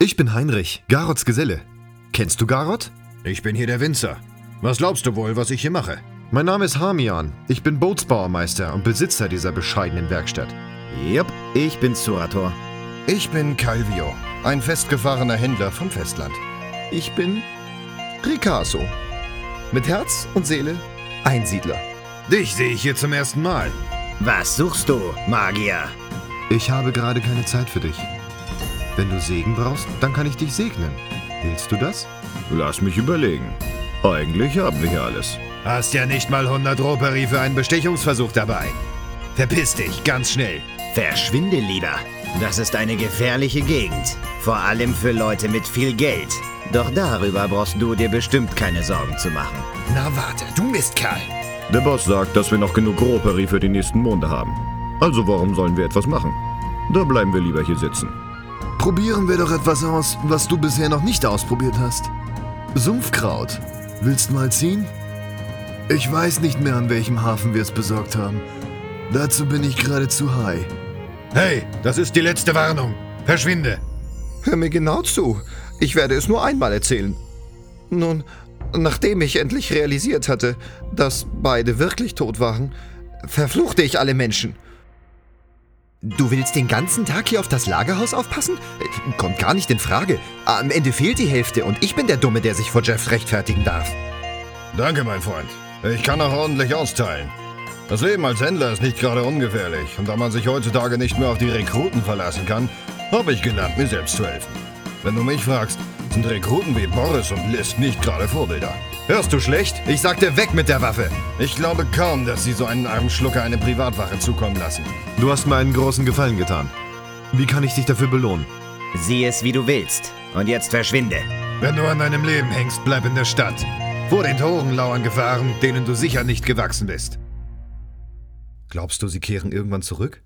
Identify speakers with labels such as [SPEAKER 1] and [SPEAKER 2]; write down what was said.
[SPEAKER 1] Ich bin Heinrich, Garots Geselle. Kennst du Garot?
[SPEAKER 2] Ich bin hier der Winzer. Was glaubst du wohl, was ich hier mache?
[SPEAKER 1] Mein Name ist Hamian. Ich bin Bootsbauermeister und Besitzer dieser bescheidenen Werkstatt.
[SPEAKER 3] Jupp, ich bin Surator.
[SPEAKER 4] Ich bin Calvio, ein festgefahrener Händler vom Festland.
[SPEAKER 5] Ich bin Ricasso. Mit Herz und Seele Einsiedler.
[SPEAKER 2] Dich sehe ich hier zum ersten Mal.
[SPEAKER 3] Was suchst du, Magier?
[SPEAKER 1] Ich habe gerade keine Zeit für dich. Wenn du Segen brauchst, dann kann ich dich segnen. Willst du das?
[SPEAKER 6] Lass mich überlegen. Eigentlich haben wir hier alles.
[SPEAKER 2] Hast ja nicht mal 100 Roperi für einen Bestechungsversuch dabei. Verpiss dich, ganz schnell.
[SPEAKER 3] Verschwinde lieber. Das ist eine gefährliche Gegend. Vor allem für Leute mit viel Geld. Doch darüber brauchst du dir bestimmt keine Sorgen zu machen.
[SPEAKER 2] Na warte, du Mistkerl.
[SPEAKER 6] Der Boss sagt, dass wir noch genug Roperi für die nächsten Monde haben. Also warum sollen wir etwas machen? Da bleiben wir lieber hier sitzen.
[SPEAKER 5] Probieren wir doch etwas aus, was du bisher noch nicht ausprobiert hast. Sumpfkraut. Willst mal ziehen? Ich weiß nicht mehr, an welchem Hafen wir es besorgt haben. Dazu bin ich geradezu high.
[SPEAKER 2] Hey, das ist die letzte Warnung. Verschwinde.
[SPEAKER 5] Hör mir genau zu. Ich werde es nur einmal erzählen. Nun, nachdem ich endlich realisiert hatte, dass beide wirklich tot waren, verfluchte ich alle Menschen.
[SPEAKER 7] Du willst den ganzen Tag hier auf das Lagerhaus aufpassen? Kommt gar nicht in Frage. Am Ende fehlt die Hälfte und ich bin der Dumme, der sich vor Jeff rechtfertigen darf.
[SPEAKER 2] Danke, mein Freund. Ich kann auch ordentlich austeilen. Das Leben als Händler ist nicht gerade ungefährlich. Und da man sich heutzutage nicht mehr auf die Rekruten verlassen kann, habe ich gelernt, mir selbst zu helfen. Wenn du mich fragst, sind Rekruten wie Boris und List nicht gerade Vorbilder. Hörst du schlecht? Ich sagte, weg mit der Waffe. Ich glaube kaum, dass sie so einen armen Schlucker eine Privatwache zukommen lassen.
[SPEAKER 1] Du hast mir einen großen Gefallen getan. Wie kann ich dich dafür belohnen?
[SPEAKER 3] Sieh es, wie du willst. Und jetzt verschwinde.
[SPEAKER 2] Wenn du an deinem Leben hängst, bleib in der Stadt. Vor den Toren lauern Gefahren, denen du sicher nicht gewachsen bist.
[SPEAKER 1] Glaubst du, sie kehren irgendwann zurück?